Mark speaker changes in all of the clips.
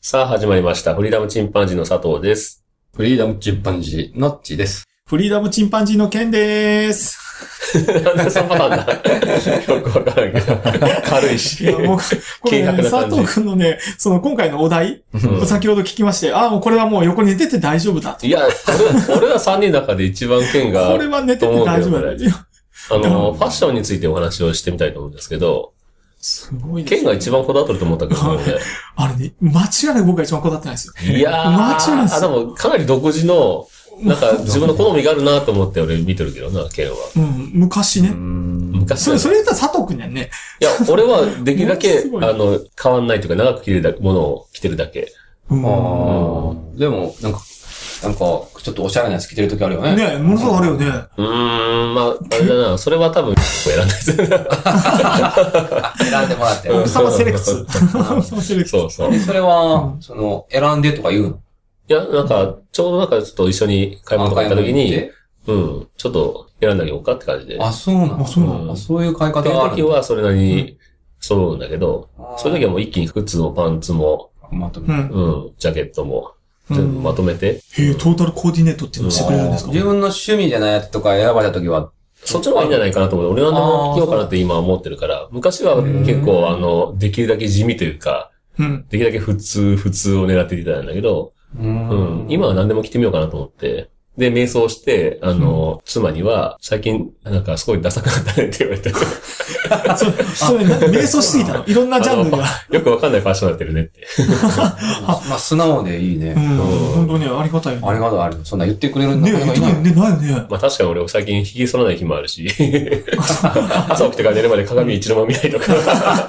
Speaker 1: さあ、始まりました。フリーダムチンパンジーの佐藤です。
Speaker 2: フリーダムチンパンジー、ナッチです。
Speaker 3: フリーダムチンパンジーの件で ーす。
Speaker 1: なんでそんなんだ よくわからんけど。軽い
Speaker 3: い
Speaker 1: し。
Speaker 3: や、もう、これ
Speaker 1: 軽薄な感
Speaker 3: ね、佐
Speaker 1: じ
Speaker 3: 藤くんのね、その今回のお題、
Speaker 1: うん
Speaker 3: 先ほど聞きまして、ああ、もうこれはもう横に寝てて大丈夫だと。
Speaker 1: いや、俺俺ら3人の中で一番剣が、あ
Speaker 3: これは寝てて大丈夫だ。いや
Speaker 1: の、ファッションについてお話をしてみたいと思うんですけど、
Speaker 3: すごいです
Speaker 1: 剣が一番こだわってると思ったけど ね。
Speaker 3: あれね、間違いなく僕が一番こだわってないですよ。
Speaker 1: いやー、
Speaker 3: 間違いないです
Speaker 1: あ、でもかなり独自の、なんか自分の好みがあるなと思って俺見てるけどな、剣は。
Speaker 3: うん、昔ね。
Speaker 1: 昔
Speaker 3: そ
Speaker 1: か
Speaker 3: れ、
Speaker 1: ら
Speaker 3: それ言ったら佐藤くんにはね、
Speaker 1: いや、俺はできるだけ、
Speaker 3: ものすごい
Speaker 1: あの、変わんないというか、長く着れるだけものを着てるだけ。
Speaker 3: うん、
Speaker 2: でも、なんか、なんか、ちょっとおしゃれなやつ着てる時あるよね。
Speaker 3: ね、ものすごいあれよね。
Speaker 1: うーん、まあ、あれだな、それは多分、選んだやつ
Speaker 2: 選んでもらって。
Speaker 1: うん
Speaker 3: 奥様セレクツ。奥様セレクツ。
Speaker 1: そうそう。い
Speaker 2: えそれは、
Speaker 3: うん
Speaker 2: その、選んでとか言うの
Speaker 1: や、なんか、ちょうどなんかちょっと一緒に買い物とか行った時に、、うん、ちょっと選んであげようかって感じで。
Speaker 2: あ、そうなの
Speaker 3: あそうなの
Speaker 2: あそういう買い方
Speaker 1: っていう
Speaker 2: がある
Speaker 1: 時はそれなりに揃うんだけど、
Speaker 2: の
Speaker 1: そういう時はもう一気に靴もパンツも、
Speaker 2: あーまとめ
Speaker 3: う
Speaker 2: て
Speaker 3: ん。
Speaker 1: うん、ジャケットも、全部まとめて、
Speaker 3: へえ、トータルコーディネートっていうのをしてくれるんですか
Speaker 2: 自分の趣味じゃないやつとか選ばれた時は、
Speaker 1: そっちの方がいいんじゃないかなと思って、俺なんでも着ようかなって今思ってるから、昔は結構あの、できるだけ地味というか、
Speaker 3: うん。
Speaker 1: できるだけ普通、普通を狙っていたんだけど、
Speaker 2: う
Speaker 1: うん。今は何でも着てみようかなと思って。で、瞑想して、あの、妻には、最近、なんかすごいダサくなったねって言われて、
Speaker 3: それ、それ、なんか瞑想しすぎたのいろんなジャンルが。
Speaker 1: よくわかんないファッションになってるねって。
Speaker 2: まあ、素直でいいね
Speaker 3: うん。。本当にありがたいよね。
Speaker 2: ありがとう、ありがとう。そんな言ってくれるん
Speaker 3: ね
Speaker 2: だ
Speaker 3: え、言ってくれるね、ないよね。
Speaker 1: まあ確かに俺最近髭剃らない日もあるし、 朝起きてから寝るまで鏡一度も見ないとか、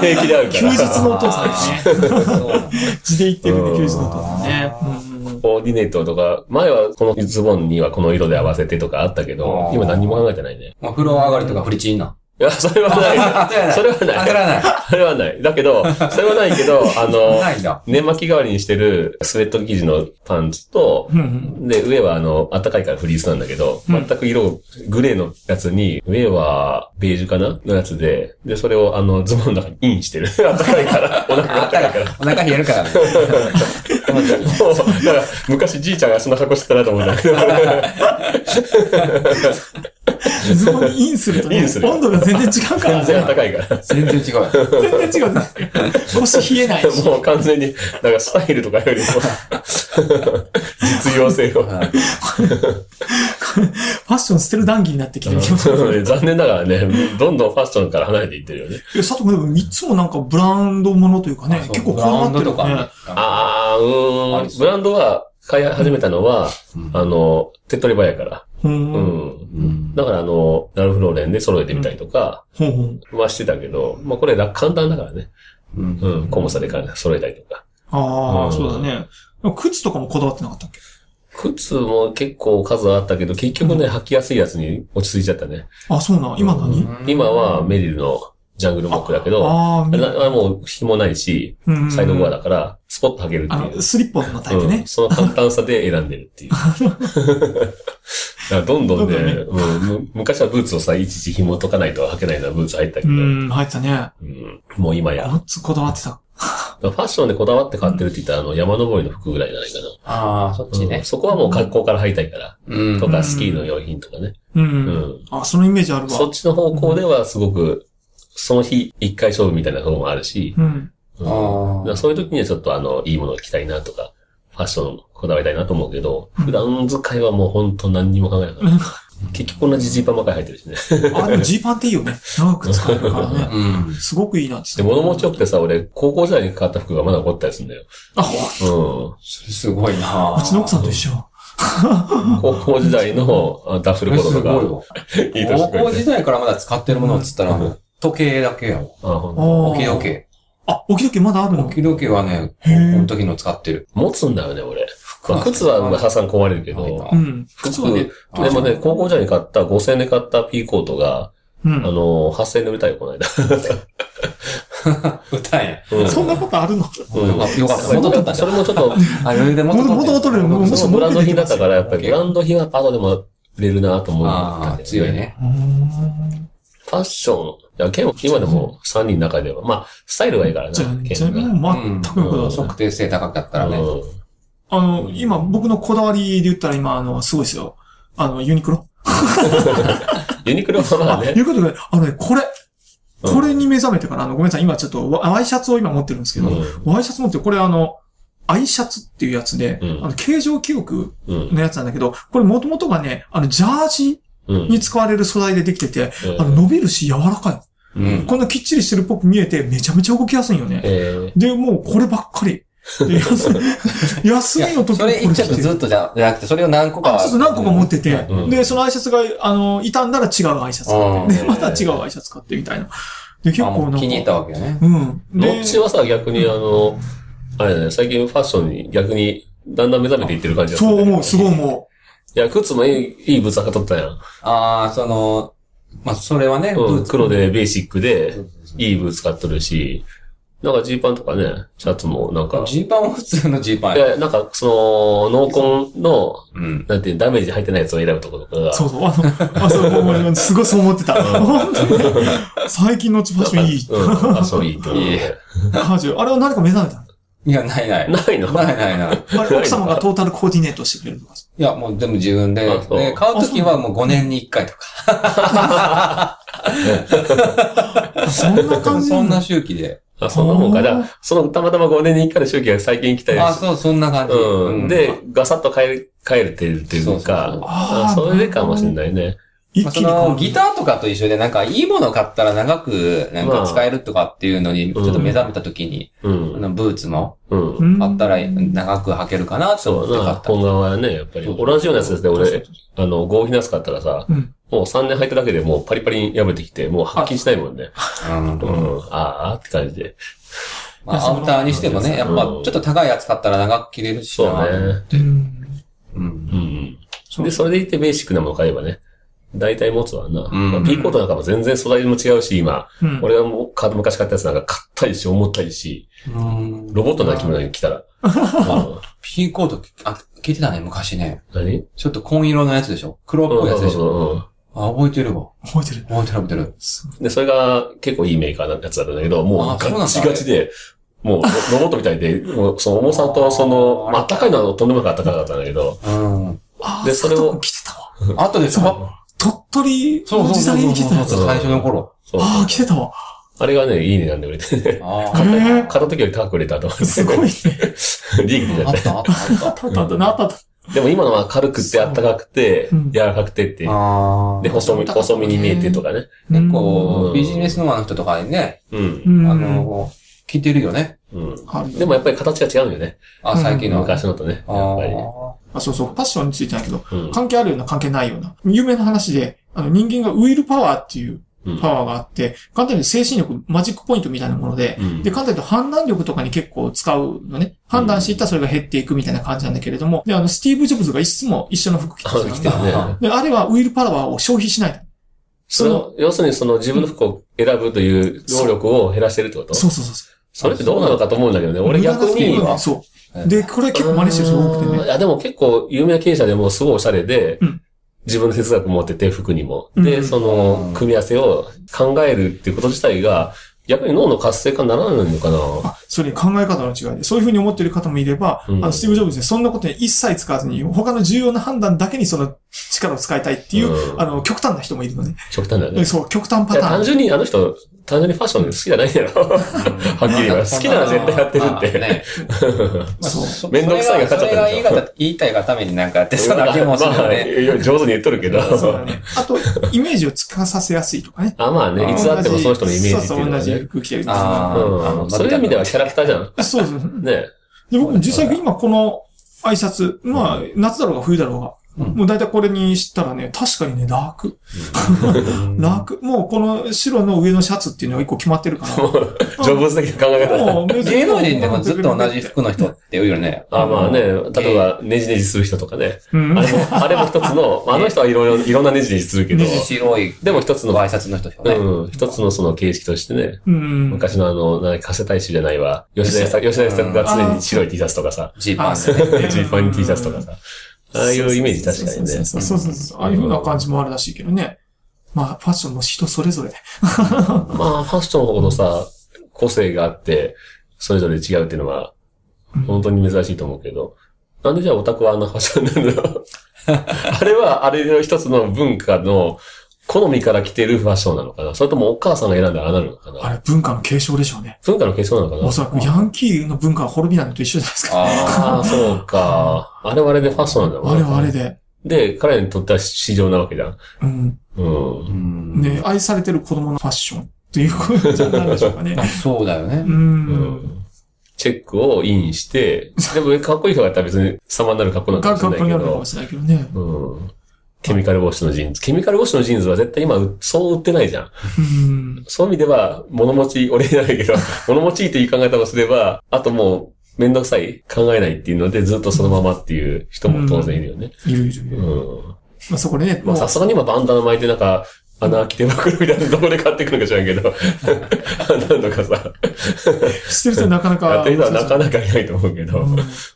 Speaker 1: 平気であるか
Speaker 3: 休日
Speaker 1: ら、
Speaker 3: のお父さんね。
Speaker 2: んね。
Speaker 3: 地で行ってるね、休日のお父さんね
Speaker 2: あ。
Speaker 3: うん
Speaker 1: コーディネートとか、前はこのズボンにはこの色で合わせてとかあったけど
Speaker 2: あ、ー
Speaker 1: 今何も考えてないね。
Speaker 2: まあ、風呂上がりとかフリチンな。
Speaker 1: いや、それはな
Speaker 2: あ、それ
Speaker 1: い。それは
Speaker 2: あ、
Speaker 1: な
Speaker 2: そ
Speaker 1: い。
Speaker 2: れはない。
Speaker 1: それはない。だけど、それはないけど、あの、
Speaker 2: ないんだ。
Speaker 1: 寝巻き代わりにしてるスウェット生地のパンツと、
Speaker 3: うん
Speaker 1: で、上はあの、暖かいからフリースなんだけど、
Speaker 3: うん
Speaker 1: 全く色を、グレーのやつに、上はベージュかなのやつで、で、それをあの、ズボンの中にインしてる。 暖かいから、お腹
Speaker 2: あ
Speaker 1: が暖
Speaker 2: った
Speaker 1: か
Speaker 2: ら
Speaker 1: いから。、
Speaker 2: お腹冷えるからね。
Speaker 1: もう、だから、昔じいちゃんがそんな格好してたなと思うんだけど、
Speaker 3: ズボンにインすると
Speaker 1: イ
Speaker 3: ね
Speaker 1: ンす、る
Speaker 3: 温度が全然違うから
Speaker 1: 全然
Speaker 3: ね。
Speaker 1: 暖かいから。
Speaker 2: 全然違う。
Speaker 3: 全然違うね。腰冷えないし。
Speaker 1: もう完全に、なんかスタイルとかよりも、実用性を。
Speaker 3: ファッション捨てる談義になってきてる気もする。
Speaker 1: 残念ながらね、どんどんファッションから離れていってるよね。
Speaker 3: いや佐藤君、でもいつもなんかブランドものというかね、結構こだわってるよね。
Speaker 2: あ
Speaker 1: ああ、う
Speaker 2: あ
Speaker 1: ー
Speaker 2: り
Speaker 1: ん。
Speaker 2: そう
Speaker 1: ブランドは買い始めたのは、あの、手っ取り早いから。
Speaker 3: う。
Speaker 1: うんん。だからあの、ラルフローレンで揃えてみたりとか、
Speaker 3: ほんほん。
Speaker 1: はしてたけど、まあこれ楽簡単だからね。
Speaker 2: うん
Speaker 1: うん。コモサで買い揃えたりとか。
Speaker 3: あ
Speaker 1: うん
Speaker 3: あ、そうだね。靴とかもこだわってなかったっけ
Speaker 1: 靴も結構数あったけど、結局ね、履きやすいやつに落ち着いちゃったね。
Speaker 3: あ、そうなん。今何
Speaker 1: 今はメリルのジャングルモックだけど、あ
Speaker 3: ああ、
Speaker 1: れあれはもう紐ないし、
Speaker 3: うんうん
Speaker 1: サイドゴアだから、スポッと履けるって
Speaker 3: あ
Speaker 1: いう
Speaker 3: の、。スリッポンのタイプね
Speaker 1: うん、。その簡単さで選んでるっていう。だからどんどんね、
Speaker 3: どんどんね
Speaker 1: うんむ昔はブーツをさ、いちいち紐解かないと履けないようなブーツ入ったけ
Speaker 3: う
Speaker 1: ど、
Speaker 3: ん、入ってたね。
Speaker 1: うんもう今や。
Speaker 3: あつこだわってた。
Speaker 1: ファッションでこだわって買ってるって言ったら、あの、山登りの服ぐらいじゃないかな。
Speaker 2: あー、そっち
Speaker 1: う
Speaker 2: ね
Speaker 1: ん。そこはもう格好から入りたいから。
Speaker 2: うん
Speaker 1: とか、スキーの用品とかね。う
Speaker 3: う。
Speaker 1: んん。
Speaker 3: あ、そのイメージある
Speaker 1: そっ
Speaker 3: わ。
Speaker 1: ちの方向ではすごく、その日一回勝負みたいなところもあるし、
Speaker 3: うん。
Speaker 1: うんだか
Speaker 2: あ
Speaker 1: らそういう時にはちょっとあの、いいものを着たいなとか、ファッションこだわりたいなと思うけど、
Speaker 3: うん
Speaker 1: 普段使いはもう本当何にも考えなかった。結局同じジーパンばっかり入ってるしね。
Speaker 3: あ、でもジーパンっていい よね。長く使えるから
Speaker 2: あ。
Speaker 3: ね。
Speaker 2: うん。
Speaker 3: すごくいいなっ
Speaker 1: で、
Speaker 3: て。
Speaker 1: 物持ちよくてさ、俺、高校時代に買った服がまだ残ってたりするんだよ。
Speaker 3: あ、ほ
Speaker 1: うん。
Speaker 2: すごいな
Speaker 3: うちの奥さんと一緒。
Speaker 1: 高校時代のあダッフルコー
Speaker 2: す
Speaker 1: トと
Speaker 2: ごい
Speaker 1: か、
Speaker 2: わ。
Speaker 1: いい年
Speaker 2: 高
Speaker 1: こ
Speaker 2: 校
Speaker 1: いて。
Speaker 2: 時代からまだ使ってるものっつったら、時計だけやわ。
Speaker 1: あほんと
Speaker 3: お
Speaker 2: 時計時計。
Speaker 3: あ、置き時計まだあるの
Speaker 2: 置き時計はね、こ
Speaker 3: へー
Speaker 2: の時の使ってる。
Speaker 1: 持つんだよね、俺。
Speaker 2: 服
Speaker 1: まあ、靴は、まあ、
Speaker 2: は
Speaker 1: 破産壊れるけ
Speaker 2: ない
Speaker 1: ど
Speaker 2: な。
Speaker 3: うん。
Speaker 1: 靴はね、
Speaker 2: あ
Speaker 1: でもね、高校時代に買った、5000円で買ったピーコートが、あ
Speaker 3: うん。
Speaker 1: のー、8000円で売れたよ、この間。
Speaker 2: 歌え
Speaker 1: うん
Speaker 3: そんなことあるの
Speaker 1: うん
Speaker 2: よかったよかった。戻ったんだ。
Speaker 1: それもちょっと、
Speaker 2: あ、余裕で
Speaker 3: 元々元々元々
Speaker 1: そ
Speaker 3: 元
Speaker 1: のブランド
Speaker 3: 戻ってき
Speaker 1: 品だ
Speaker 3: ま
Speaker 1: っ
Speaker 3: す
Speaker 1: た
Speaker 3: よ
Speaker 1: から、やっぱりブランド品は後でも売れるなと思う、
Speaker 2: ああ、強い。ね。
Speaker 3: うーん。
Speaker 1: ファッション、いや、ケンは今でも3人の中では、まあ、スタイルがいいから
Speaker 3: じゃあ
Speaker 1: な、、ケ
Speaker 3: じゃあ
Speaker 1: ンが。
Speaker 3: もう全くのことはそう
Speaker 2: 特定性高かったらね。
Speaker 1: う
Speaker 3: あの、今、僕のこだわりで言ったら今、あの、すごいですよ。あの、ユニクロ。
Speaker 1: んユニクロはま
Speaker 3: あ
Speaker 1: あ、ね、
Speaker 3: いうことで、あのね、こ
Speaker 1: う
Speaker 3: れ、
Speaker 1: ん
Speaker 3: これに目覚めてから、あの、ごめんなさい、今ちょっとワ、ワイシャツを今持ってるんですけど、
Speaker 1: う
Speaker 3: ワイシャツ持ってる、これあの、アイシャツっていうやつで、
Speaker 1: うん
Speaker 3: あの、形状記憶
Speaker 1: うん。
Speaker 3: のやつなんだけど、これもともとがね、あの、ジャージ
Speaker 1: うん。
Speaker 3: に使われる素材でできてて、
Speaker 1: うん
Speaker 3: あの、伸びるし柔らか
Speaker 2: う
Speaker 3: い。
Speaker 2: ん。
Speaker 3: こんなきっちりしてるっぽく見えて、めちゃめちゃ動きやすいんよね。
Speaker 1: えー
Speaker 3: で、もうこればっかり。で休み休
Speaker 2: いや
Speaker 3: みの時
Speaker 2: そ
Speaker 3: も
Speaker 2: れ一
Speaker 3: これ着
Speaker 2: 着
Speaker 3: て
Speaker 2: ず
Speaker 3: る。
Speaker 2: っとじゃじゃなくて、それを何個か。
Speaker 3: あ、そうそう、何個か持ってて、
Speaker 1: うん
Speaker 3: で、そのアイシャツが、あの、傷んだら違うアイシャツ買って、
Speaker 2: う
Speaker 3: で、
Speaker 2: ん
Speaker 3: また違うアイシャツ買ってみたいな。で、結
Speaker 2: あ
Speaker 3: 構
Speaker 2: も
Speaker 3: なん
Speaker 2: う
Speaker 3: か。
Speaker 2: 気に入ったわけよね。
Speaker 3: うん。
Speaker 1: どっ
Speaker 3: で、
Speaker 1: ちはさ、逆にあの、あれだね、最近ファッションに逆にだんだん目覚めていってる感じだったね
Speaker 3: そう思う、すごい思
Speaker 1: いや、靴もいい、いいブツ買っとったやん。
Speaker 2: ああ、その、まあ、それはね、
Speaker 1: うん、黒でベーシ
Speaker 2: シ
Speaker 1: ックで、
Speaker 2: ッ
Speaker 1: いいブツ買っとるし、なんかジーパンとかね、シャツもなんか、
Speaker 2: ジーパンは普通のジーパン
Speaker 1: い
Speaker 2: や。
Speaker 1: や、なんかその、濃紺の、
Speaker 2: うん。
Speaker 1: なんていう、ダメージ入ってないやつを選ぶとことかが
Speaker 3: う。、そうそう、あの、あ、そう、もうもう、すごいそう思ってた。本当に最近のファッションいい。
Speaker 1: うん、ファッションいいと思うね。
Speaker 3: 感じ。あれは何か目覚めたの
Speaker 2: いや、ないない。な
Speaker 1: ないの
Speaker 2: いない ない。
Speaker 3: あれ奥様がトータルコーディネートしてくれるとか。
Speaker 2: いや、もう全部自分で
Speaker 1: あ。そう
Speaker 2: で、買うときはもう5年に1回とか。
Speaker 3: あそんな感じ
Speaker 2: そんな周期で。
Speaker 1: あ、そんなもんか。
Speaker 3: あー
Speaker 1: じゃあ、その、たまたま5年に1回の周期が最近来たり
Speaker 2: あ、そう、そんな感じ。
Speaker 1: うん。で、、ガサッと変える、変えれてるっていう
Speaker 2: そうそうそう
Speaker 1: か、あ
Speaker 3: あ
Speaker 1: それでかもしれないね。
Speaker 3: い。
Speaker 2: まあ、
Speaker 3: 一
Speaker 2: そ
Speaker 3: 気にこ
Speaker 2: の
Speaker 3: う
Speaker 2: ギターとかと一緒で、なんかいいものを買ったら長く、なんか使えるとかっていうのに、ちょっと目覚めたときに、
Speaker 1: う
Speaker 2: あ
Speaker 1: ん。
Speaker 2: のブーツも
Speaker 1: うん。
Speaker 3: うん
Speaker 2: 買ったら長く履けるかなって
Speaker 1: そ
Speaker 2: 思って
Speaker 1: う
Speaker 2: 買
Speaker 1: な
Speaker 2: っ、た。
Speaker 1: 本願はね、やっぱり。
Speaker 2: そう
Speaker 1: 同じようなやつですね、
Speaker 2: そう
Speaker 1: 俺
Speaker 2: そ。
Speaker 1: あの、合皮ナス買ったらさ、
Speaker 3: うん。
Speaker 1: もう3年履いただけでもうパリパリに破れてきて、もう発揮しないもんね。
Speaker 2: うん
Speaker 1: うん。あーって感じで。
Speaker 2: まあ、アウターにしてもね、やっぱちょっと高いやつ買ったら長く着れるし
Speaker 1: そう
Speaker 2: な。
Speaker 1: ね。
Speaker 3: うん
Speaker 2: うん。
Speaker 1: うん。
Speaker 3: そう
Speaker 1: で、それでいてベーシックなもの買えばね。大体持つわな。
Speaker 2: ん
Speaker 1: まあピーコートなんかも全然素材も違うし、今。
Speaker 3: うん
Speaker 1: 俺がもう買った昔買ったやつなんか硬いし、重たいし、
Speaker 2: うん
Speaker 1: ロボットな着物に来たら。うん
Speaker 2: ピーコート、あ、着てたね、昔ね。
Speaker 1: 何
Speaker 2: ちょっと紺色のやつでしょ黒っぽいやつでしょ
Speaker 1: うん
Speaker 2: あ、覚えてるわ。
Speaker 3: 覚えてる。
Speaker 2: 覚えてる覚えてる。
Speaker 1: で、それが結構いいメーカーのやつだったんだけど、も
Speaker 2: あ
Speaker 1: う
Speaker 2: そうなん
Speaker 1: ガ
Speaker 2: だ
Speaker 1: ッチガチで、もうロロボットみたいで、もうその重さとその、
Speaker 2: あー
Speaker 1: まあ、高いのはとんでもなく高かったんだけど、
Speaker 2: うん。
Speaker 3: あ
Speaker 1: で
Speaker 3: あ、
Speaker 1: そ
Speaker 3: そ
Speaker 1: れ
Speaker 3: れ
Speaker 1: を
Speaker 3: を着てたわ。
Speaker 2: あとでしょ
Speaker 3: 鳥取
Speaker 2: そう
Speaker 3: の時代に着てたやつ
Speaker 1: そうそうそうそう。
Speaker 2: 最初の頃。
Speaker 1: そう
Speaker 3: ああ、着てたわ。
Speaker 1: あれがね、いい値段で売れて、ね、
Speaker 2: あ
Speaker 3: へ
Speaker 1: 買
Speaker 3: え
Speaker 1: った時より高く売れたと思って。
Speaker 3: すごいね。
Speaker 1: 利益出ちゃ
Speaker 2: あ
Speaker 1: っ
Speaker 2: ったあったあ
Speaker 3: あ
Speaker 2: っ
Speaker 3: ったあったあ ったな、あったあった。
Speaker 1: た。でも今のは軽くて
Speaker 3: そう
Speaker 1: 暖かくて
Speaker 3: うん、
Speaker 1: 柔らかくてって
Speaker 2: た。、あ
Speaker 1: で、細身、細身に見えてとかね。
Speaker 2: 結
Speaker 1: う
Speaker 2: 構
Speaker 1: ん、
Speaker 2: ビジネスマンの人とかにね、
Speaker 1: う。
Speaker 3: うんん、
Speaker 2: あ
Speaker 3: あ
Speaker 2: の、着てるよね。
Speaker 1: うん。
Speaker 3: あるよ
Speaker 1: でもやっぱり形が違うんよね。
Speaker 2: あ、最近の。
Speaker 1: 昔のとね。
Speaker 2: あ
Speaker 1: やっぱり。
Speaker 2: ー
Speaker 3: あ、そうそう、ファッションについてだけど、
Speaker 1: うん
Speaker 3: 関係あるような関係ないような。有名な話で、あの人間がウィルパワーっていう
Speaker 1: うん
Speaker 3: パワーがあって、簡単に精神力、マジックポイントみたいなもので、
Speaker 1: うん
Speaker 3: で、簡単に言うと判断力とかに結構使うのね。判断していったらそれが減っていくみたいな感じなんだけれども、で、あの、スティーブ・ジョブズがいつも一緒の服着て
Speaker 1: あ
Speaker 3: たじゃん
Speaker 1: 来てるね。
Speaker 3: で、あれはウィルパワーを消費しない。
Speaker 1: その、要するにその自分の服を選ぶという労力を減らしてるってこと
Speaker 3: そうそうそうそう。
Speaker 1: それってどうなのかと思うんだけどね。俺逆
Speaker 3: 無駄な
Speaker 1: に
Speaker 3: 服。はそう。で、これ結構真似してる人多くて
Speaker 1: うんい
Speaker 3: ね。
Speaker 1: や、でも結構有名な経営者でもすごいおしゃれで
Speaker 3: うん、
Speaker 1: 自分の哲学持ってて、服にも。
Speaker 3: う
Speaker 1: で、
Speaker 3: ん
Speaker 1: その、組み合わせを考えるっていうこと自体が、逆に脳の活性化にならないのかな
Speaker 3: あそれ考え方の違いで、そういうふうに思ってる方もいれば、
Speaker 1: うん
Speaker 3: あのスティーブ・ジョブズね、そんなことに一切使わずに、他の重要な判断だけにその力を使いたいっていう、
Speaker 1: うん
Speaker 3: あの、極端な人もいるのね。
Speaker 1: 極端だよね。
Speaker 3: そう、極端
Speaker 1: い
Speaker 3: パ
Speaker 1: や
Speaker 3: ター
Speaker 1: 単
Speaker 3: ン。
Speaker 1: 純にあの人、単純にファッション好きじゃないんだよ。 はっきり言えば。好きなら絶対やってるっ
Speaker 2: まあ
Speaker 1: て。
Speaker 2: ね
Speaker 3: そう。
Speaker 1: めんどくさいが勝っちゃっ
Speaker 2: それ
Speaker 1: た
Speaker 2: が
Speaker 1: でし
Speaker 2: 言い
Speaker 1: ょ
Speaker 2: 方、言いたいがためになんかやってそうな気もするよ ね。
Speaker 1: まあ、上手に言っとるけど。
Speaker 3: そうだね。あと、イメージをつかさせやすいとかね。
Speaker 1: あ、まあね、いつあってもその人のイメージって
Speaker 3: そ
Speaker 1: いうう
Speaker 3: そ
Speaker 1: の
Speaker 3: う、同
Speaker 1: は
Speaker 3: じ
Speaker 1: ね。
Speaker 3: 服着てる。
Speaker 2: あー
Speaker 1: うん。そういう意味ではキャラクターじゃん。
Speaker 3: そうそう。
Speaker 1: ね。
Speaker 3: で、僕も実際今この挨拶、まあ、夏だろうが冬だろうが、
Speaker 2: うん
Speaker 3: もう大体これにしたらね、確かにね、楽。楽。もうこの白の上のシャツっていうのが一個決まってるから。
Speaker 1: ジョブズ的な考え方。
Speaker 3: もう別に
Speaker 2: 芸能人でもずっと同じ服の人って多いよね。
Speaker 1: あまあね、例えば、ねじねじする人とかね。
Speaker 3: うん
Speaker 1: あれも、あれも一つ の、まああの人はいろいろ、いろんなねじねじするけど、
Speaker 2: 白い
Speaker 1: でも一つの、
Speaker 2: ワイシャツの人とかね。
Speaker 1: うん、一つのその形式としてね、
Speaker 3: うん。
Speaker 1: 昔のあの、なんか、加瀬大使じゃないわ、吉田作、吉田作が常に白い T シャツとかさ、
Speaker 2: ジーパンスね。
Speaker 3: あ
Speaker 1: ジーパンに T シャツとかさ、ああいうイメージ確かにね。
Speaker 3: そうそうそうそう。ああいう風な感じもあるらしいけどね。まあ、ファッションも人それぞれ。
Speaker 1: まあ、ファッションほどさ、個性があって、それぞれ違うっていうのは、本当に珍しいと思うけど、なんでじゃあオタクはあんなファッションなんだろう あれは、あれの一つの文化の、好みから来てるファッションなのかなそれともお母さんが選んだああなるのか
Speaker 3: あ
Speaker 1: な
Speaker 3: れ、文化の継承でしょうね。
Speaker 1: 文化の結晶なのか
Speaker 3: お
Speaker 1: な
Speaker 3: そらくヤンキーの文化が滅びないのと一緒じゃないですか。
Speaker 2: あ
Speaker 1: ああ、そうか。あれはあれでファッションなんだろう
Speaker 3: あ
Speaker 1: な
Speaker 3: れはあれで。
Speaker 1: で、彼らにとっては市場なわけじゃん。
Speaker 3: うん。
Speaker 1: うん
Speaker 2: あ。。うん
Speaker 3: ね、愛されてる子供のファッションっていうことじゃないでしょうかね
Speaker 2: ま。あそうだよね
Speaker 3: う。ん。
Speaker 1: チェックをインして、でもかっこいい人がやったら別に様になる格好なんか
Speaker 3: が
Speaker 1: もしれ
Speaker 3: 学
Speaker 1: ないけ
Speaker 3: 校にあるのか
Speaker 1: ど
Speaker 3: も、しれないけどね。
Speaker 1: うん。ケミカルウォッシュのジーンズ。ケミカルウォッシュのジーンズは絶対今う、そう売ってないじゃん。
Speaker 3: うん。
Speaker 1: そういう意味では、物持ち、俺じゃないけど、 物持ちいいという考え方をすれば、あともう、めんどくさい、考えないっていうので、ずっとそのままっていう人も当然いるよね。
Speaker 3: いるいるいる。
Speaker 1: うん。
Speaker 3: まあ、そこでね、
Speaker 1: ま
Speaker 3: も
Speaker 1: あ、
Speaker 3: う
Speaker 1: さすがに今バンダナ巻いてなんか、穴開きてまくるみたいなどこで買ってくるのか知らんけど、 なんとかさ、
Speaker 3: してる人なかなか。
Speaker 1: やってる人はなかなかいないと思うけど。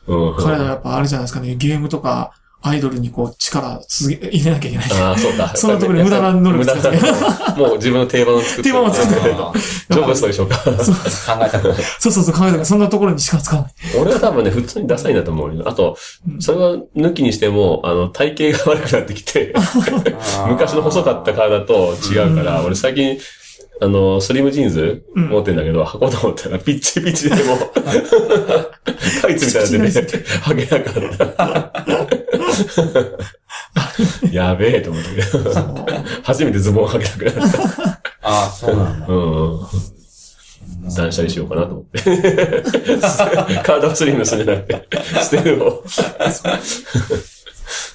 Speaker 3: うん
Speaker 1: うん。
Speaker 3: 彼らはやっぱあれじゃないですかね、ゲームとか、アイドルにこう力続け、入れなきゃいけない。
Speaker 1: ああ、そうか。
Speaker 3: そんなところで無駄な能力
Speaker 1: 無駄
Speaker 3: 使って
Speaker 1: なもう自分の定番を作って。
Speaker 3: 定番を作って
Speaker 2: あ
Speaker 1: ジョブズと一緒か。
Speaker 2: ー考えたことない。
Speaker 3: そうそうそう、考えたらそんなところにしか使わない。
Speaker 1: 俺は多分ね、普通にダサいなと思うよ。あと、それは抜きにしても、あの、体型が悪くなってき て、昔の細かった体と違うから、俺最近、あの、スリムジーンズ
Speaker 3: うん
Speaker 1: 持ってんだけど、履こうと思ったら、ピッチピチで もう、タイツみたいになってて、履けなか った。やべえと思ったけど、初めてズボン履けなくなった。
Speaker 2: ああ、そうなんだ。
Speaker 1: うん。断捨離しようかなと思って。 体をスリムするんじゃなくて、捨てるを。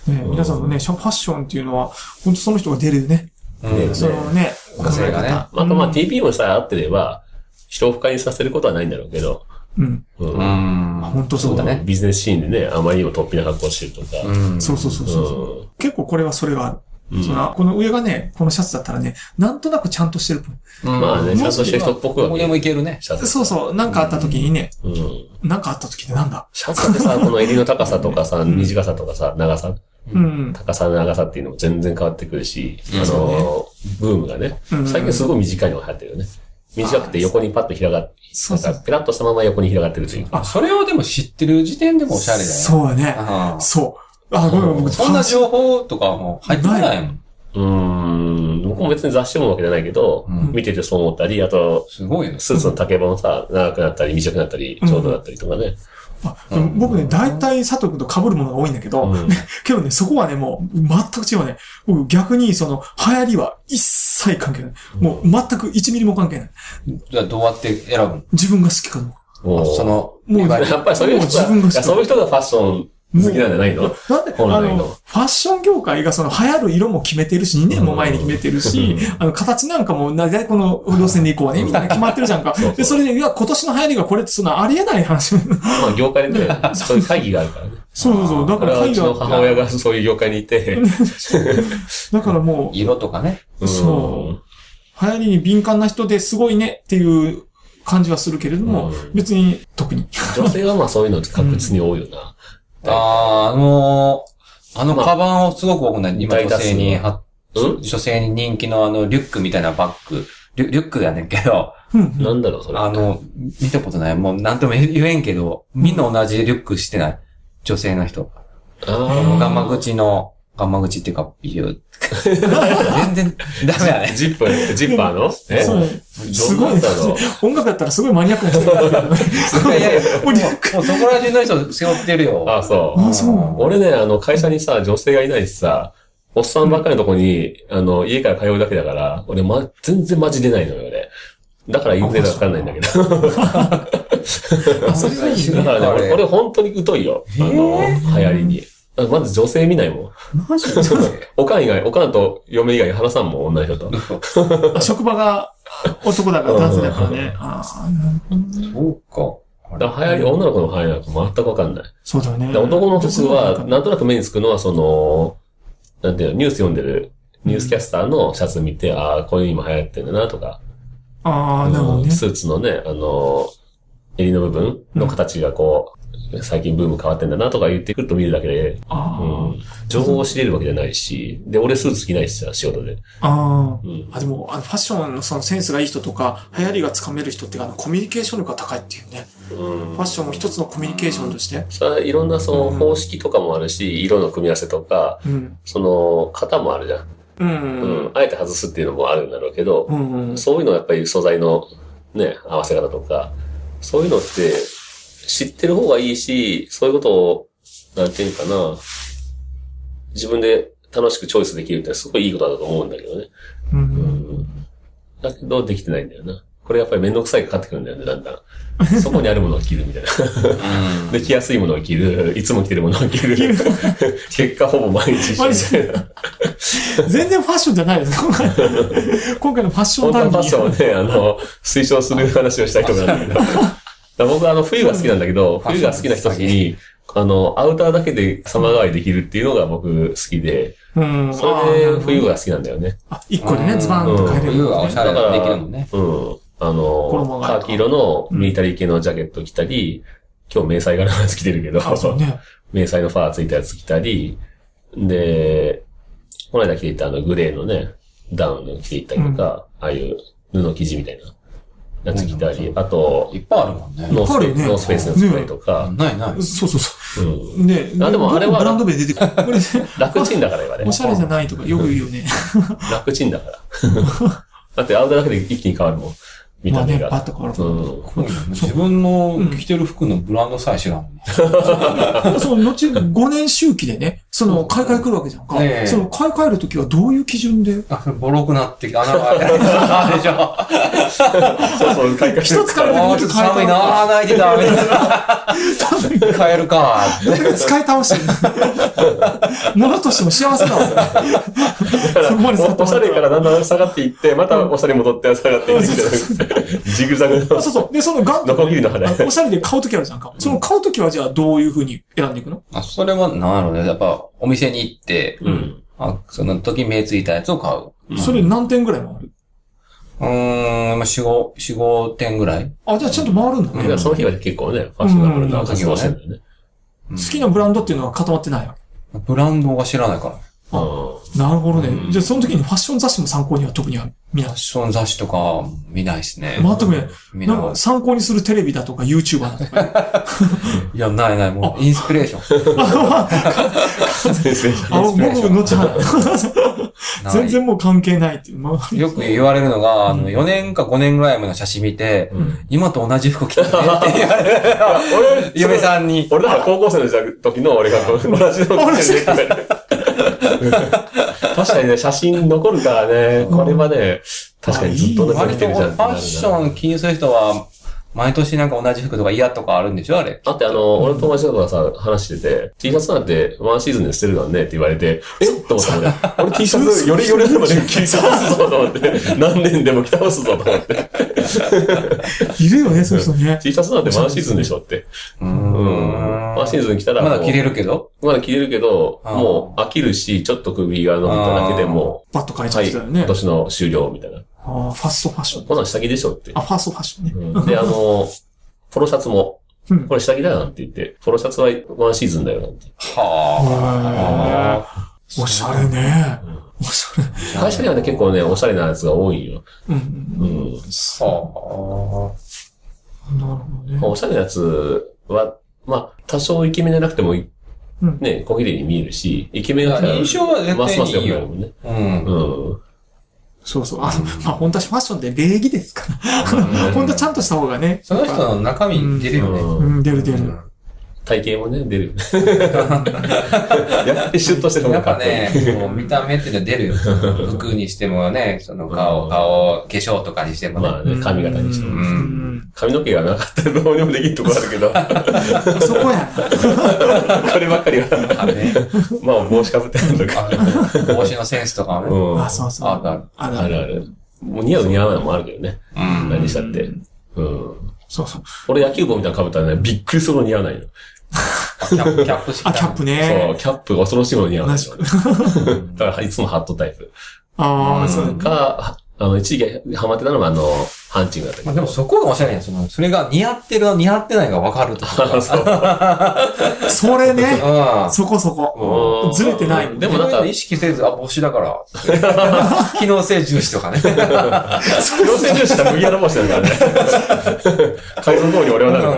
Speaker 3: ね、皆さんのね、シャファッションっていうのは、本当その人が出るね、
Speaker 2: うん
Speaker 3: そのね、考
Speaker 2: 個性
Speaker 3: え
Speaker 2: がね
Speaker 3: 方。
Speaker 1: まあ、あとまあ TP もさえ合ってれば、人を不快にさせることはないんだろうけど、
Speaker 3: うん。
Speaker 1: うん
Speaker 2: うん。
Speaker 3: 本当そうだ
Speaker 2: だね
Speaker 1: ビジネスシーンでね、あまりにも突飛な格好をしてるとか。
Speaker 2: うん。
Speaker 3: そうそうそうそう。
Speaker 1: う
Speaker 3: 結構これはそれがある。
Speaker 1: ん
Speaker 3: そのこの上がね、このシャツだったらね、なんとなくちゃんとしてる。
Speaker 2: うん
Speaker 1: まあね、ちゃんとしてる人っぽく
Speaker 2: ど
Speaker 1: は
Speaker 2: こで
Speaker 1: ね、
Speaker 2: もいけるね。
Speaker 1: シャツ。
Speaker 3: そうそう、なんかあった時にね、
Speaker 1: うん。
Speaker 3: なんかあった時ってなんだ
Speaker 1: シャツって さ、この襟の高さとかさ、短さとかさ、長さ、
Speaker 3: うん。
Speaker 1: 高さ、長さっていうのも全然変わってくるし、
Speaker 2: うん
Speaker 1: あの、ブームがね
Speaker 3: う、ん
Speaker 1: 最近すごい短いのが流行ってるよね。短くて横にパッと広がって、
Speaker 3: そ
Speaker 1: な
Speaker 3: うんそ
Speaker 1: か
Speaker 3: う。
Speaker 1: ペラッとしたまま横に広がってるというか。
Speaker 2: それをでも知ってる時点でもおしゃれだよね。
Speaker 3: そうだね。
Speaker 2: ああ
Speaker 3: そう。あ、ごめん、僕、
Speaker 2: そんな情報とかも入ってこないもん。
Speaker 1: うーん、僕も別に雑誌もわけじゃないけど、
Speaker 2: うん
Speaker 1: 見ててそう思ったり、あと、
Speaker 2: すごいよね。
Speaker 1: スーツの丈もさ、長くなったり、短くなったり、ちょうどだったりとかね。
Speaker 3: あでも僕ね、大体佐藤君と被るものが多いんだけど、
Speaker 1: うん
Speaker 3: けどね、そこはね、もう、全く違うね。僕、逆に、その、流行りは一切関係ない。もう、全く1ミリも関係ない。
Speaker 2: じゃあどうやって選ぶの
Speaker 3: 自分が好きかどうか。
Speaker 1: もう
Speaker 2: その、
Speaker 3: もう
Speaker 2: リバイバル
Speaker 1: やっぱりそういう人
Speaker 3: もう自分が
Speaker 1: が、い
Speaker 3: 好き
Speaker 1: やそういう人がファッション好きなんじゃないの
Speaker 3: だって、
Speaker 1: 本
Speaker 3: あ
Speaker 1: 来の
Speaker 3: の、ファッション業界がその、流行る色も決めてるし、2年も前に決めてるし、あの、形なんかも、なぜこの路線で行こうね、みたいな決まってるじゃんか
Speaker 1: そうそう。
Speaker 3: で、それで、いや、今年の流行りがこれって、そんなありえない話。 そう
Speaker 1: まあ、業界でね、そういう会議があるからね。
Speaker 3: そうそう。だ
Speaker 1: こ
Speaker 3: か
Speaker 1: れ
Speaker 3: ら、
Speaker 1: はう
Speaker 3: 海
Speaker 1: ちの
Speaker 3: 外、
Speaker 1: 母親がそういう業界にいて、
Speaker 3: だからもう、
Speaker 2: 色とかね。
Speaker 1: うん
Speaker 3: そ流行りに敏感な人ですごいねっていう感じはするけれども、
Speaker 1: うん
Speaker 3: 別に、特に。
Speaker 1: 女性はまあそういうの確実に多いよな。
Speaker 2: ああ、あのー、あのカバンをすごく僕ね、今
Speaker 1: 大
Speaker 2: 女
Speaker 1: 多数
Speaker 2: 性には、
Speaker 1: うん
Speaker 2: 女性に人気のあの、リュックみたいなバッグ、リュリュックやねんけど、
Speaker 3: うんうん。
Speaker 1: なんだろう、それ。
Speaker 2: あの、見たことない。もうなんとも言えんけど、みんな同じリュックしてない。女性の人。
Speaker 1: あ
Speaker 2: ガンマ口の、ガンマ口っていうか、 ビュー。全然、ダメや
Speaker 1: ー
Speaker 2: ね。
Speaker 1: ジップ、ジッパーのえ
Speaker 3: そうすごいね
Speaker 1: どうなんだろう。
Speaker 3: 音楽だったらすごいマニアックな人なんだけどね。
Speaker 2: いやいやいや、も
Speaker 3: も
Speaker 2: う
Speaker 3: う
Speaker 2: も
Speaker 3: リ
Speaker 2: う
Speaker 3: ュ
Speaker 2: そこら中の人背負ってるよ。
Speaker 1: あ、そう。
Speaker 3: あそうなの
Speaker 1: 俺ね、あの、会社にさ、女性がいないしさ、おっさんばっかりのとこに、あの、家から通うだけだから、俺、ま、全然マジ出ないのよ、俺。だから印税がかかんないんだけど。
Speaker 3: あ、それがいい
Speaker 2: あ
Speaker 3: ね。
Speaker 1: だからね、
Speaker 2: あれ
Speaker 1: 俺、俺本当に疎いよ。あの、流行りに。あまず女性見ないもん。
Speaker 3: マジ
Speaker 1: おかん以外、おかんと嫁以外話さんもん女の人と。
Speaker 3: あ 職場が男だから男性だからね。ああ、なるほどね
Speaker 2: そうか。
Speaker 1: だから流行り、女の子の流行りなんか全くわかんない。
Speaker 3: そうだよね。
Speaker 1: で男の服は、
Speaker 3: 女性の方が
Speaker 1: なんとなく目につくのは、その、なんていうの、ニュース読んでる、ニュースキャスターのシャツ見て、ああ、こういうの今流行ってんだなとか、
Speaker 3: ああ、なるほど
Speaker 1: うん
Speaker 3: ね。
Speaker 1: スーツのね、あの、襟の部分の形がこう、最近ブーム変わってんだなとか言ってくると見るだけで、
Speaker 3: あ
Speaker 1: う
Speaker 3: ー
Speaker 1: ん、情報を知れるわけじゃないし、で、俺スーツ着ないしさ、仕事で。
Speaker 3: あ
Speaker 1: うん
Speaker 3: ー。あ、でも、あの、ファッションのそのセンスがいい人とか、流行りがつかめる人って、あの、コミュニケーション力が高いっていうね。
Speaker 1: うん
Speaker 3: ファッションも一つのコミュニケーションとして。
Speaker 1: さあいろんなその
Speaker 3: うん
Speaker 1: 方式とかもあるし、色の組み合わせとか、
Speaker 3: うん。
Speaker 1: その型もあるじゃん。
Speaker 3: う
Speaker 1: うん
Speaker 3: ん。。
Speaker 1: あえて外すっていうのもあるんだろうけど、
Speaker 3: うん。
Speaker 1: そういうのはやっぱり素材のね、合わせ方とか、そういうのって知ってる方がいいし、そういうことを、なんていうのかな、自分で楽しくチョイスできるってすごいいいことだと思うんだけどね。
Speaker 3: う。
Speaker 1: うんん。だけどできてないんだよな。これやっぱりめんどくさいかかってくるんだよね、だんだん。そこにあるものを着るみたいな。
Speaker 2: うん
Speaker 1: で、着やすいものを着る。いつも着てるものを着る。 結果ほぼ毎日一緒みたいな。
Speaker 3: 全然ファッションじゃないです。今回今回のファッション
Speaker 1: 本当
Speaker 3: 談
Speaker 1: はファ
Speaker 3: 義。
Speaker 1: ッションをね、あの、推奨する話をしたいと思うんだけど。だから僕はあの、冬が好きなんだけど、
Speaker 2: うん
Speaker 1: 冬が好きな人たちに、あの、アウターだけで様変わりできるっていうのが僕好きで、
Speaker 3: うん。
Speaker 1: それで
Speaker 3: あー
Speaker 1: 冬。が好きなんだよね。
Speaker 3: あ、一個でね、ズバンと変えれる。
Speaker 2: 冬はおし
Speaker 1: だ
Speaker 2: ゃれ
Speaker 1: か
Speaker 2: ができ
Speaker 1: ら、
Speaker 2: る
Speaker 1: う
Speaker 2: もん
Speaker 1: ん
Speaker 2: ね。。
Speaker 1: あの
Speaker 3: 衣、があ
Speaker 1: カ
Speaker 3: る
Speaker 1: ー
Speaker 3: か
Speaker 1: キ色のミリタリー系のジャケット着たり、今日迷彩柄のやつ着てるけど、
Speaker 3: あ、そうね。
Speaker 1: 迷彩のファーついたやつ着たり、で、この間着ていたあのグレーのね、ダウンの着ていったりとか、ああいう布生地みたいなやつ着たり、あと、
Speaker 2: いっぱいあるもんね。
Speaker 1: ノースペ
Speaker 3: いっぱいあるよね
Speaker 1: ノースペースの着たりとか、
Speaker 2: ないない。
Speaker 3: そうそうそ
Speaker 1: うん
Speaker 3: う。ね
Speaker 1: あでもあれは
Speaker 3: ブランド名出てくる。 これ、
Speaker 1: 楽ちんだから今ね
Speaker 3: お。しゃれじゃないとかよく言うよね。
Speaker 1: 楽ちんだから。 だってアウターだけで一気に変わるもん。見
Speaker 3: まあ
Speaker 1: た目
Speaker 3: ね、パ
Speaker 1: が。
Speaker 3: ッと変わる。
Speaker 1: うん。
Speaker 2: 自分の着てる服のブランドさえ知らんもんね。
Speaker 3: その後5年周期でね、その買い替え来るわけじゃんか。
Speaker 2: ねえ
Speaker 3: その買い替えるときはどういう基準で
Speaker 2: あ ボロくなってきた。穴が開いてた。 でし
Speaker 1: そ
Speaker 2: ょ。
Speaker 1: うそう、買い替え
Speaker 3: 一つ買う
Speaker 2: あ
Speaker 3: と
Speaker 2: あ、
Speaker 3: き
Speaker 2: ちょ
Speaker 3: に
Speaker 2: っと
Speaker 3: 買い
Speaker 2: 寒い
Speaker 3: 替
Speaker 2: な。穴開いてた。みたいな 買えるか。
Speaker 3: える。使い倒してる。物としても幸せだわ。そこまで下がって
Speaker 1: おしゃれからだんだん下がっていって、またおしゃれに戻って下がっていくみたいな。 ジグザグ
Speaker 3: そう
Speaker 1: の
Speaker 3: そう。で、そのガン
Speaker 1: ノコギリの花。
Speaker 3: おしゃれで買うときあるじゃんか。その買うときはじゃあどういうふうに選んでいくの
Speaker 2: あ、それは、なんやろね。やっぱ、お店に行って、
Speaker 1: うん。
Speaker 2: あ、その時目ついたやつを買う。
Speaker 3: それ何点ぐらい回る
Speaker 2: うーん、まあ、四五、四五点ぐらい。
Speaker 3: あ、じゃあちゃんと回るんだ
Speaker 1: だ
Speaker 3: ね。
Speaker 1: からその日は結構ね、ファッショナブルな活動をしてるんだよね。
Speaker 2: 好
Speaker 3: 好きなブランドっていうのは固まってないわけ。
Speaker 2: ブランドが知らないから。フ
Speaker 3: うん
Speaker 1: うん
Speaker 3: なるほど
Speaker 2: う
Speaker 3: ね。
Speaker 2: ん
Speaker 3: じゃあその時にファッション雑誌も参考には特には見な
Speaker 2: ァ
Speaker 3: い
Speaker 2: ッ。ション雑誌とか見ないですね。
Speaker 3: 全く見ない。
Speaker 2: 見
Speaker 3: なん
Speaker 2: な
Speaker 3: か参考にするテレビだとか YouTuber だとか。
Speaker 2: い。いや、ないない。もう、インスピレーション。
Speaker 1: 先生
Speaker 3: あ、僕、後は。
Speaker 2: ない
Speaker 3: 全然もう関係ないっていう。まあ
Speaker 2: よく言われるのが、あの、4年か5年ぐらい前の写真見て、今と同じ服着てねって言われる。
Speaker 1: 俺、
Speaker 2: 嫁さんに。
Speaker 1: 俺だから高校生の時の俺が同じのを着てるね確かにね、写真残るからね、これはね、確かにずっと残っ
Speaker 2: 割
Speaker 1: て
Speaker 2: と
Speaker 1: る
Speaker 2: フ
Speaker 1: じゃん。
Speaker 2: ァッション気にする人は、毎年なんか同じ服とか嫌とかあるんでしょあれ。
Speaker 1: だってあの、俺の友達とかさ、話してて、T シャツなんてワンシーズンで捨てるからねって言われて、えっと思ったもんね。 俺 T シャツよれよれでも ね、着倒すぞと思って、何年でも着倒すぞと思って。
Speaker 3: いるよね、そういう人ね。
Speaker 1: T シャツなんてワンシーズンでしょって。
Speaker 2: うー
Speaker 1: うん。ワンシーズン着たら
Speaker 2: ま
Speaker 1: もう。
Speaker 2: だ着れるけど
Speaker 1: まだ着れるけど、
Speaker 2: あー
Speaker 1: もう飽きるし、ちょっと首が伸びただけでも、
Speaker 3: パッと変えちゃ
Speaker 1: は
Speaker 3: っ
Speaker 1: い、
Speaker 3: てたよね。
Speaker 1: 今年の終了みたいな。
Speaker 3: ああ、ファストファッション。
Speaker 1: こんなん下着でしょって。
Speaker 3: あ、ファストファッションね。
Speaker 1: うんで、あの、ポロシャツも
Speaker 3: うん、
Speaker 1: これ下着だよなんて言って、ポロシャツはワンシーズンだよなんて。
Speaker 2: はあ。
Speaker 3: おしゃれね。おしゃれ。
Speaker 1: 会社ではね、結構ね、おしゃれなやつが多いんよ。
Speaker 3: うん。
Speaker 1: うん。
Speaker 2: は
Speaker 3: なるほどね
Speaker 1: まあ。おしゃれなやつは、まあ、多少イケメンじゃなくてもい、
Speaker 3: うん
Speaker 1: ね、小綺麗に見えるし、イケメンが来たら
Speaker 2: 印象は絶対いいよ
Speaker 1: ますます良くなるもんね。
Speaker 2: あ。うん。
Speaker 1: うん。
Speaker 3: そうそう。あ、まあ本当はファッションって礼儀ですから。本当はちゃんとした方がね。
Speaker 2: その人の中身出るよね。
Speaker 1: うん
Speaker 3: うん、出る出る。
Speaker 1: 体型もね、出る。 やってシュッとしてる方
Speaker 2: や
Speaker 1: が
Speaker 2: っ
Speaker 1: かっ
Speaker 2: ぱ
Speaker 1: こいい。
Speaker 2: ね、こう見た目ってのは 出るよ。服にしてもね、その顔、顔、化粧とかにしても
Speaker 1: まあ
Speaker 2: ね。
Speaker 1: ね、髪型にして
Speaker 3: う
Speaker 1: も。
Speaker 3: んうん。
Speaker 1: 髪の毛がなかったらどうにもできるとこある けど、
Speaker 3: そこやな。
Speaker 1: こればっかりは、
Speaker 2: あれね。
Speaker 1: まあ帽子かぶってあるのか。
Speaker 2: あ帽子のセンスとか
Speaker 1: う
Speaker 2: もね。
Speaker 1: ん。
Speaker 3: あ、そうそう。
Speaker 2: あるある
Speaker 3: ある
Speaker 1: あるある。もう似合う似合わないもあるけどね。
Speaker 2: うん。
Speaker 1: 何したって。うん。
Speaker 3: そうそう。
Speaker 1: 俺野球帽みたいなの被ったらね、びっくりするほど似合わないの。
Speaker 2: キャップ、キャップして
Speaker 3: あ、キャップ
Speaker 1: そ
Speaker 3: ね
Speaker 1: う、。キャップが恐ろしいほど似合わないの。
Speaker 2: プ
Speaker 1: だからいつもハットタイプ。
Speaker 3: ああ、そううん
Speaker 1: か、あの、一時期ハマってたのが、あの、ハンチングだったけ
Speaker 2: ま
Speaker 1: ど。
Speaker 2: あでもそこがおしゃれやん。その、それが似合ってる、似合ってないが分かると か。
Speaker 3: だ。それね。
Speaker 2: う
Speaker 3: そこそこ。
Speaker 2: ん。
Speaker 1: うん
Speaker 3: ずれてない
Speaker 1: で
Speaker 2: で
Speaker 1: も
Speaker 2: も
Speaker 1: な
Speaker 2: なんん
Speaker 1: か
Speaker 2: か、意識せず、あ、帽子だから。 機能性重視とかね。
Speaker 1: 要請重視した麦わら帽子なんだからね。改造通り俺はなるから。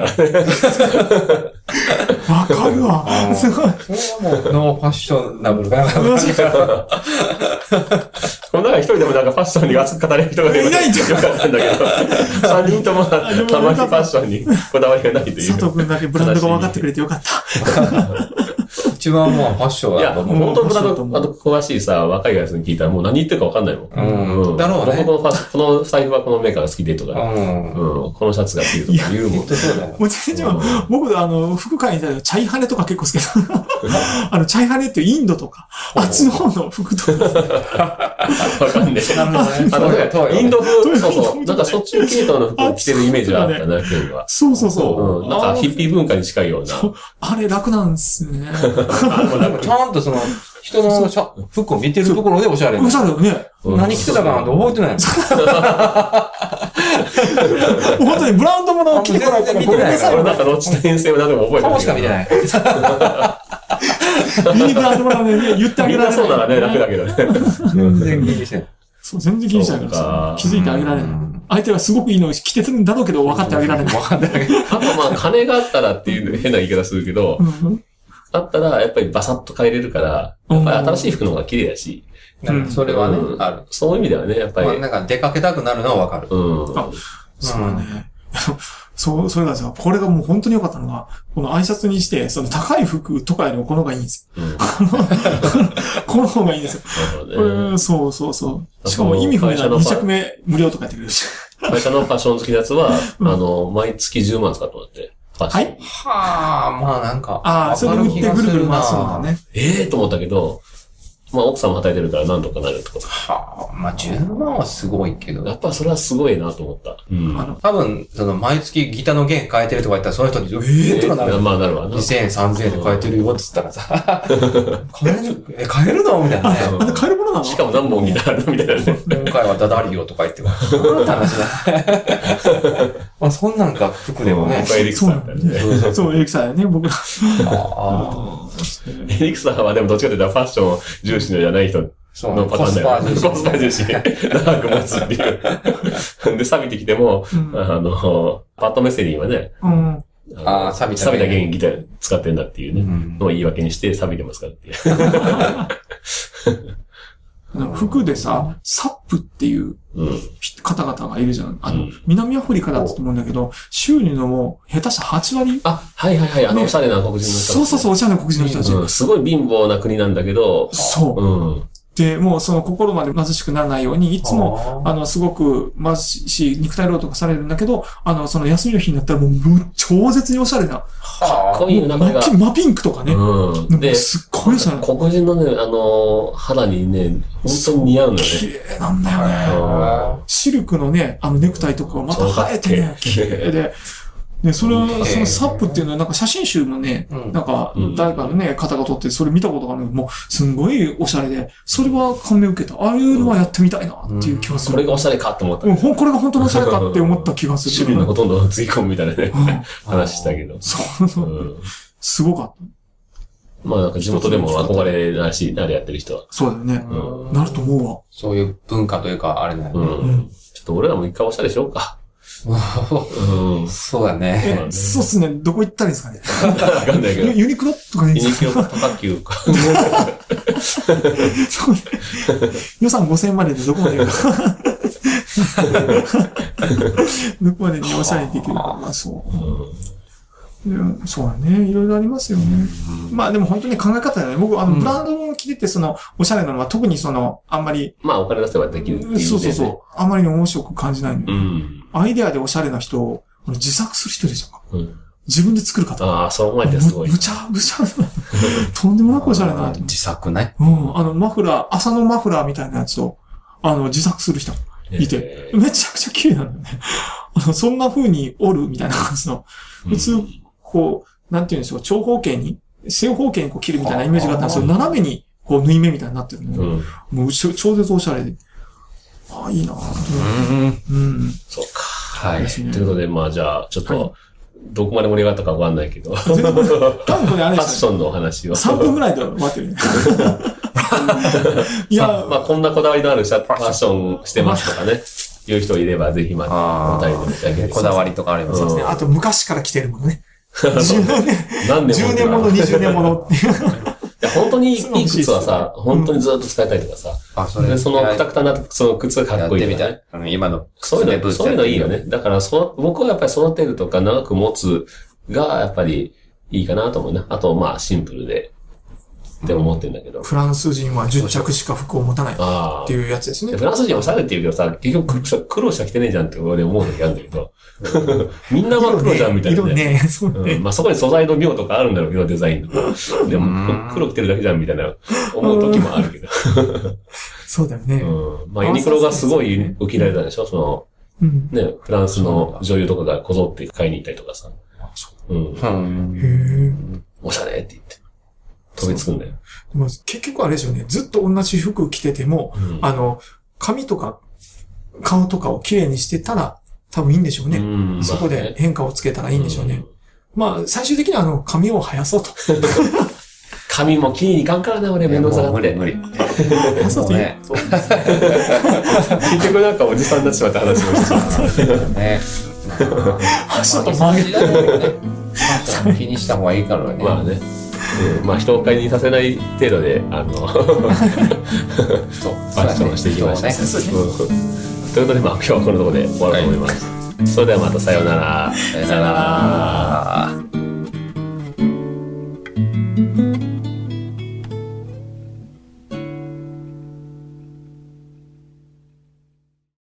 Speaker 3: わかる
Speaker 2: う
Speaker 3: わ。
Speaker 2: ん
Speaker 3: すごい。
Speaker 2: それはもう、ノーファッショナブルかな。
Speaker 1: この中に一人でもなんかファッションに熱く語れる人が
Speaker 3: いないんじゃん
Speaker 1: よかったんだけど、三人ともたまにファッションにこだわりがないとい
Speaker 3: 佐藤
Speaker 1: う。
Speaker 3: くんだけブランドが分かってくれてよかった。
Speaker 2: 一番もうファッション
Speaker 1: い
Speaker 2: はや
Speaker 1: や、
Speaker 2: っぱ
Speaker 1: も
Speaker 2: も
Speaker 1: う
Speaker 2: う、
Speaker 1: 本当にあの、あと詳しいさ、若いやつに聞いたらもう何言ってるかわかんないもん。
Speaker 2: うんだろうね
Speaker 1: 僕このファッション、この財布はこのメーカーが好きでとか、
Speaker 2: うん。本
Speaker 1: うん、このシャツが好きとか言うもん。
Speaker 2: 当そうだよ。
Speaker 3: もう全然
Speaker 1: うん、
Speaker 3: 僕、あの、服買いに行ったらチャイハネとか結構好きな あの、チャイハネってインドとか、あっちの方の服とか。
Speaker 1: わかんねえ。
Speaker 2: なるほどね
Speaker 1: あのね
Speaker 2: そうよ
Speaker 1: インド
Speaker 3: そう
Speaker 1: 風、
Speaker 3: よ
Speaker 1: そうそう。なんかそっちの系統の服を着てるイメージがあったな、今日は。
Speaker 3: そうそうそ
Speaker 1: ん。
Speaker 3: うう。
Speaker 1: なんかヒッピー文化に近いような。
Speaker 3: そうあれ楽なんですね。
Speaker 2: でもちゃんとその、人のシャ服を見てるところでおしゃれな。
Speaker 3: おしゃれだよね。
Speaker 1: うん
Speaker 2: 何着てたかなんて覚えてないもん。
Speaker 3: 本当にブランドものを着てこないからごめんなさい
Speaker 1: 俺。なんかどっちの編成は何でも覚えて
Speaker 2: 顔しか見て
Speaker 1: い。
Speaker 2: ない。
Speaker 3: いいブランドものでね、言ってあ
Speaker 1: み
Speaker 3: げ
Speaker 1: ん
Speaker 3: ら
Speaker 1: な
Speaker 3: れない。
Speaker 1: そうならね、楽だけどね。
Speaker 2: 全然気にしてない。
Speaker 3: そう、全然気にしないからさ気
Speaker 1: そう
Speaker 2: か
Speaker 3: づいてあげられな
Speaker 2: う
Speaker 3: い
Speaker 2: ん。
Speaker 3: 相手はすごくいいのを着てるんだろうけど分かってあげられない。
Speaker 2: 分かってあげられない。
Speaker 1: あとまあ、金があったらっていう変な言い方するけど
Speaker 3: う、ん
Speaker 1: あったらやっぱりバサッと変えれるから、やっぱり新しい服の方が綺麗だし。
Speaker 2: なんかそれはね、ある。
Speaker 1: そういう意味ではね、やっぱり。
Speaker 2: まあ
Speaker 1: うん。
Speaker 2: なんか出かけたくなるのはわかる。
Speaker 3: あそうだね。 そう、それがさ、これがもう本当に良かったのが、この挨拶にして、その高い服とかよりもこの方がいいんです
Speaker 1: うん
Speaker 3: よ。 この方がいいんですよ。
Speaker 1: なるほ
Speaker 3: こ
Speaker 1: どね
Speaker 3: れそうそうそう。しかも意味不明な2着目無料とかやってくれるし。
Speaker 1: 会社のファッション好きなやつは、あ
Speaker 3: うん
Speaker 1: の、毎月10万使ってもらって。ファッション
Speaker 3: はい
Speaker 2: はあ、まあなんか。
Speaker 3: ああ、それで売ってぐるぐる回すんだ。ね。
Speaker 1: ええと思ったけど、まあ奥さんも働いてるからなんとかなるとか。
Speaker 2: はあ、まあ10万はすごいけ
Speaker 1: や
Speaker 2: ど。
Speaker 1: っぱそれはすごいなと思った。うん。
Speaker 3: あの、
Speaker 2: 多分、その、毎月ギターの弦変えてるとか言ったら、その人に、ええー、とかなる。
Speaker 1: まあなるわな。
Speaker 2: 2000円、3000円で変えてるよって言ったら さ、変える、え、変えるのみたいなね。
Speaker 3: あれ買えるものなの
Speaker 1: しかも何本ギターあるのみたいなね。
Speaker 2: 今回はダダリオとか言ってます。なんて話だ。ま あ、そんなんか、服でもね。
Speaker 1: 僕はエリクサーみたいなね。
Speaker 2: そうそう
Speaker 3: そう、エリクサーだよね、僕ら。
Speaker 2: ああ
Speaker 1: エリクサーはでもどっちかというとファッション重視のじゃない人の
Speaker 2: そうね。
Speaker 1: パタ
Speaker 2: コ
Speaker 1: ーン
Speaker 2: ス
Speaker 1: だよ
Speaker 2: パ
Speaker 1: ね。
Speaker 2: 重
Speaker 1: コスパ重視。長く持つっていう。で、錆びてきても、
Speaker 3: うん
Speaker 1: あの、パッドメッセリンはね、
Speaker 3: うん。
Speaker 1: の
Speaker 2: あー錆びた
Speaker 1: 錆びた原因ギター使ってんだっていうね。
Speaker 2: うん
Speaker 1: のを言い訳にして錆びてますからっていう。
Speaker 3: あの服でさ、サップっていう
Speaker 1: うん。
Speaker 3: 方々がいるじゃん。あ
Speaker 1: う
Speaker 3: の
Speaker 1: ん、
Speaker 3: 南アフリカだったと思うんだけど、州にのもう下手した8割。
Speaker 1: あ、はいはいはい。あの、おしゃれな黒人の人たち
Speaker 3: そうそうそう、おしゃれな黒人の人たち。
Speaker 1: うん、すごい貧乏な国なんだけど、
Speaker 3: そう
Speaker 1: う。ん。
Speaker 3: で、もうその心まで貧しくならないように、いつも、あの、すごく貧しい肉体労働がされるんだけど、あの、その休みの日になったらもう、もう超絶におしゃれな。
Speaker 2: か
Speaker 1: こういう
Speaker 3: も
Speaker 1: 名
Speaker 3: う
Speaker 1: 前
Speaker 3: 真
Speaker 1: が
Speaker 3: ピ。ン真ピンクとかね。
Speaker 1: うん。
Speaker 3: でも
Speaker 1: で
Speaker 3: う、すっごいおしゃれな。
Speaker 1: 黒人のね、あのー、肌にね、本当に似合うんだよ
Speaker 3: 綺
Speaker 1: ね。
Speaker 3: 麗なんだよね。
Speaker 1: あ
Speaker 3: シルクのね、あのネクタイとかまた生えてね、
Speaker 1: そ
Speaker 3: 綺
Speaker 1: うだって
Speaker 3: 麗で。で、それは
Speaker 2: う、ん
Speaker 3: そのサップっていうのは、なんか写真集もね、
Speaker 2: うん
Speaker 3: なんか
Speaker 1: うん、
Speaker 3: 誰かのね、方が撮って、それ見たことがあるのもう、すんごいおしゃれで、それは感銘を受けた。ああいうのはやってみたいな、っていう気がす
Speaker 1: こ
Speaker 3: る。
Speaker 1: れがおしゃれかと思った。
Speaker 3: うん、ほん、これが本当のおしゃれかって思った気がす
Speaker 1: 趣
Speaker 3: る。
Speaker 1: 味のほとんどつぎ込むみたいなね、
Speaker 3: うん
Speaker 1: 話したけど。
Speaker 3: そう
Speaker 1: う
Speaker 3: そう。
Speaker 1: ん。
Speaker 3: すごかった。
Speaker 1: まあなんか地元でも憧れらしいな、あれやってる人は。
Speaker 3: そうだよね。
Speaker 1: う
Speaker 3: なると思うわ。
Speaker 2: そういう文化というか、あれだ
Speaker 1: う
Speaker 2: よね。
Speaker 1: ん。ちょっと俺らも一回おしゃれしようか。うん。わ
Speaker 2: そうだ
Speaker 3: え
Speaker 2: ね。
Speaker 1: ね
Speaker 3: そうっすね。どこ行ったらいいですかね。
Speaker 1: かんないけ
Speaker 3: ユ
Speaker 1: ど。
Speaker 3: ユニクロとかでいい
Speaker 1: ユ
Speaker 3: ん
Speaker 1: ニ
Speaker 3: です
Speaker 1: クロ
Speaker 3: か
Speaker 1: と高級か。
Speaker 3: そうね予算5000までで どこまで行くか。どこまでにおしゃれにできるか。まあそう。でそうだね。いろいろありますよね。まあでも本当に考え方だよね。僕、あの、
Speaker 2: うん
Speaker 3: ブランドも着てて、その、おしゃれなのは特にその、あんまり、
Speaker 1: まあお金出せばできるっていう、ね。
Speaker 3: そうそうそう。あんまり面白く感じないのよ
Speaker 1: う。ん。
Speaker 3: アイデアでおしゃれな人をあの自作する人いるじゃん。
Speaker 1: うん。
Speaker 3: 自分で作る方。
Speaker 1: ああ、そう思えてすごい
Speaker 3: む。むちゃむ ちゃな、とんでもなくおしゃれな。
Speaker 2: 自作ね。
Speaker 3: うん、あの、マフラー、朝のマフラーみたいなやつを、あの、自作する人。いて
Speaker 1: えー
Speaker 3: めちゃくちゃ綺麗なんだよね。あの、そんな風に折るみたいな感じの。普通、こう、なんて言うんでしょう、長方形に、正方形にこう切るみたいなイメージがあったんです
Speaker 2: あ
Speaker 3: よ。
Speaker 2: ー
Speaker 3: 斜めに、こう、縫い目みたいになってるのね。
Speaker 1: うん。
Speaker 3: もう、超超絶おしゃれで。ああ、いいなぁと
Speaker 2: う
Speaker 3: 思って
Speaker 2: ん。
Speaker 3: うん。
Speaker 1: そうか。
Speaker 2: はい
Speaker 3: で。すね
Speaker 1: ということで、まあじゃあ、ちょっ
Speaker 3: はい
Speaker 1: と、どこまで盛り上がったかわかんないけど、フ
Speaker 3: 全然
Speaker 1: ァ
Speaker 3: 多分これあれで
Speaker 1: ッ
Speaker 3: す
Speaker 1: シ
Speaker 3: ね。
Speaker 1: ョンのお話を。
Speaker 3: 3分ぐらいで終 わってるね。いや、
Speaker 1: まあこんなこだわりのあるシャファッションしてますとかね、いう人いれば、ぜひまた、お
Speaker 2: あ
Speaker 1: 便りでいただけれ
Speaker 2: あ。
Speaker 1: ば
Speaker 2: こだわりとかあります
Speaker 1: うん
Speaker 3: ねあと昔から着てるものね。10年、
Speaker 1: 何年も
Speaker 3: 10年もの、20年ものっていう。
Speaker 1: いや、本当にいい靴はさ、本当にずっと使いたいとかさ、
Speaker 2: あ、そ
Speaker 1: でそのくたくたなその靴がか
Speaker 2: や
Speaker 1: っ
Speaker 2: っ
Speaker 1: こいい
Speaker 2: て
Speaker 1: と
Speaker 2: み
Speaker 1: か
Speaker 2: た
Speaker 1: ね
Speaker 2: い。うん今の靴
Speaker 1: そうい
Speaker 2: で
Speaker 1: う
Speaker 2: ブ
Speaker 1: の、
Speaker 2: ーツ
Speaker 1: そう
Speaker 2: や
Speaker 1: いう
Speaker 2: って
Speaker 1: の
Speaker 2: み
Speaker 1: いいよね。だから、そ僕はやっぱり育てるとか長く持つが、やっぱりいいかなと思うね。あと、まあ、シンプルで、って思ってんだけど。
Speaker 3: フランス人は10着しか服を持たないっ
Speaker 1: あ
Speaker 3: て
Speaker 1: あ。
Speaker 3: いうやつですね
Speaker 1: で。フランス人はおしゃれって言うけどさ、結局黒しか黒しか着てねえじゃんって俺思う時あるんだけど。 みんな真っ黒じゃんみたいな
Speaker 3: 色
Speaker 1: ね。
Speaker 3: ね。そうね。
Speaker 1: うん、まあそこに素材の妙とかあるんだろうけど、デザインの。で
Speaker 2: うん
Speaker 1: も、黒着てるだけじゃんみたいな思う時もあるけど。
Speaker 3: そうだよね。
Speaker 1: うんまあ、ユニクロがすごい受け入れられたでしょそ
Speaker 3: うん。
Speaker 1: の、ね、フランスの女優とかがこぞって買いに行ったりとかさ。うん。
Speaker 2: うん。
Speaker 3: へえ。
Speaker 1: おしゃれって言って。飛びつくんだよ。
Speaker 3: まあ結局あれですよね。ずっと同じ服着てても、
Speaker 1: うん
Speaker 3: あの、髪とか、顔とかを綺麗にしてたら、多分いいんでしょう
Speaker 1: う
Speaker 3: ね。
Speaker 1: ん
Speaker 3: そこ
Speaker 1: まあ
Speaker 3: で
Speaker 1: ね
Speaker 3: 変化をつけたらいいんでしょうね。まあ、最終的にはあの、髪を生やそうと。
Speaker 1: 髪も切りにいかんからね、俺、面倒くさが
Speaker 2: 無
Speaker 1: って
Speaker 2: 理。無理。
Speaker 3: 生やそうと
Speaker 2: もう
Speaker 3: い
Speaker 2: ね
Speaker 3: う。そうですね
Speaker 1: 結局なんかおじさんになっちまった話をして
Speaker 2: ね。
Speaker 3: ちょっと曲げて
Speaker 2: まあ気にした方がいいからね。
Speaker 1: まあね。うんまあ人を買いにさせない程度で、 あの、フ
Speaker 2: そう。フ
Speaker 1: ァッションをしていきましょう。
Speaker 3: そうですね
Speaker 1: うんということで、まあ今日はこのところで終わろうと思います。それではまたさようなら。
Speaker 2: さよなら。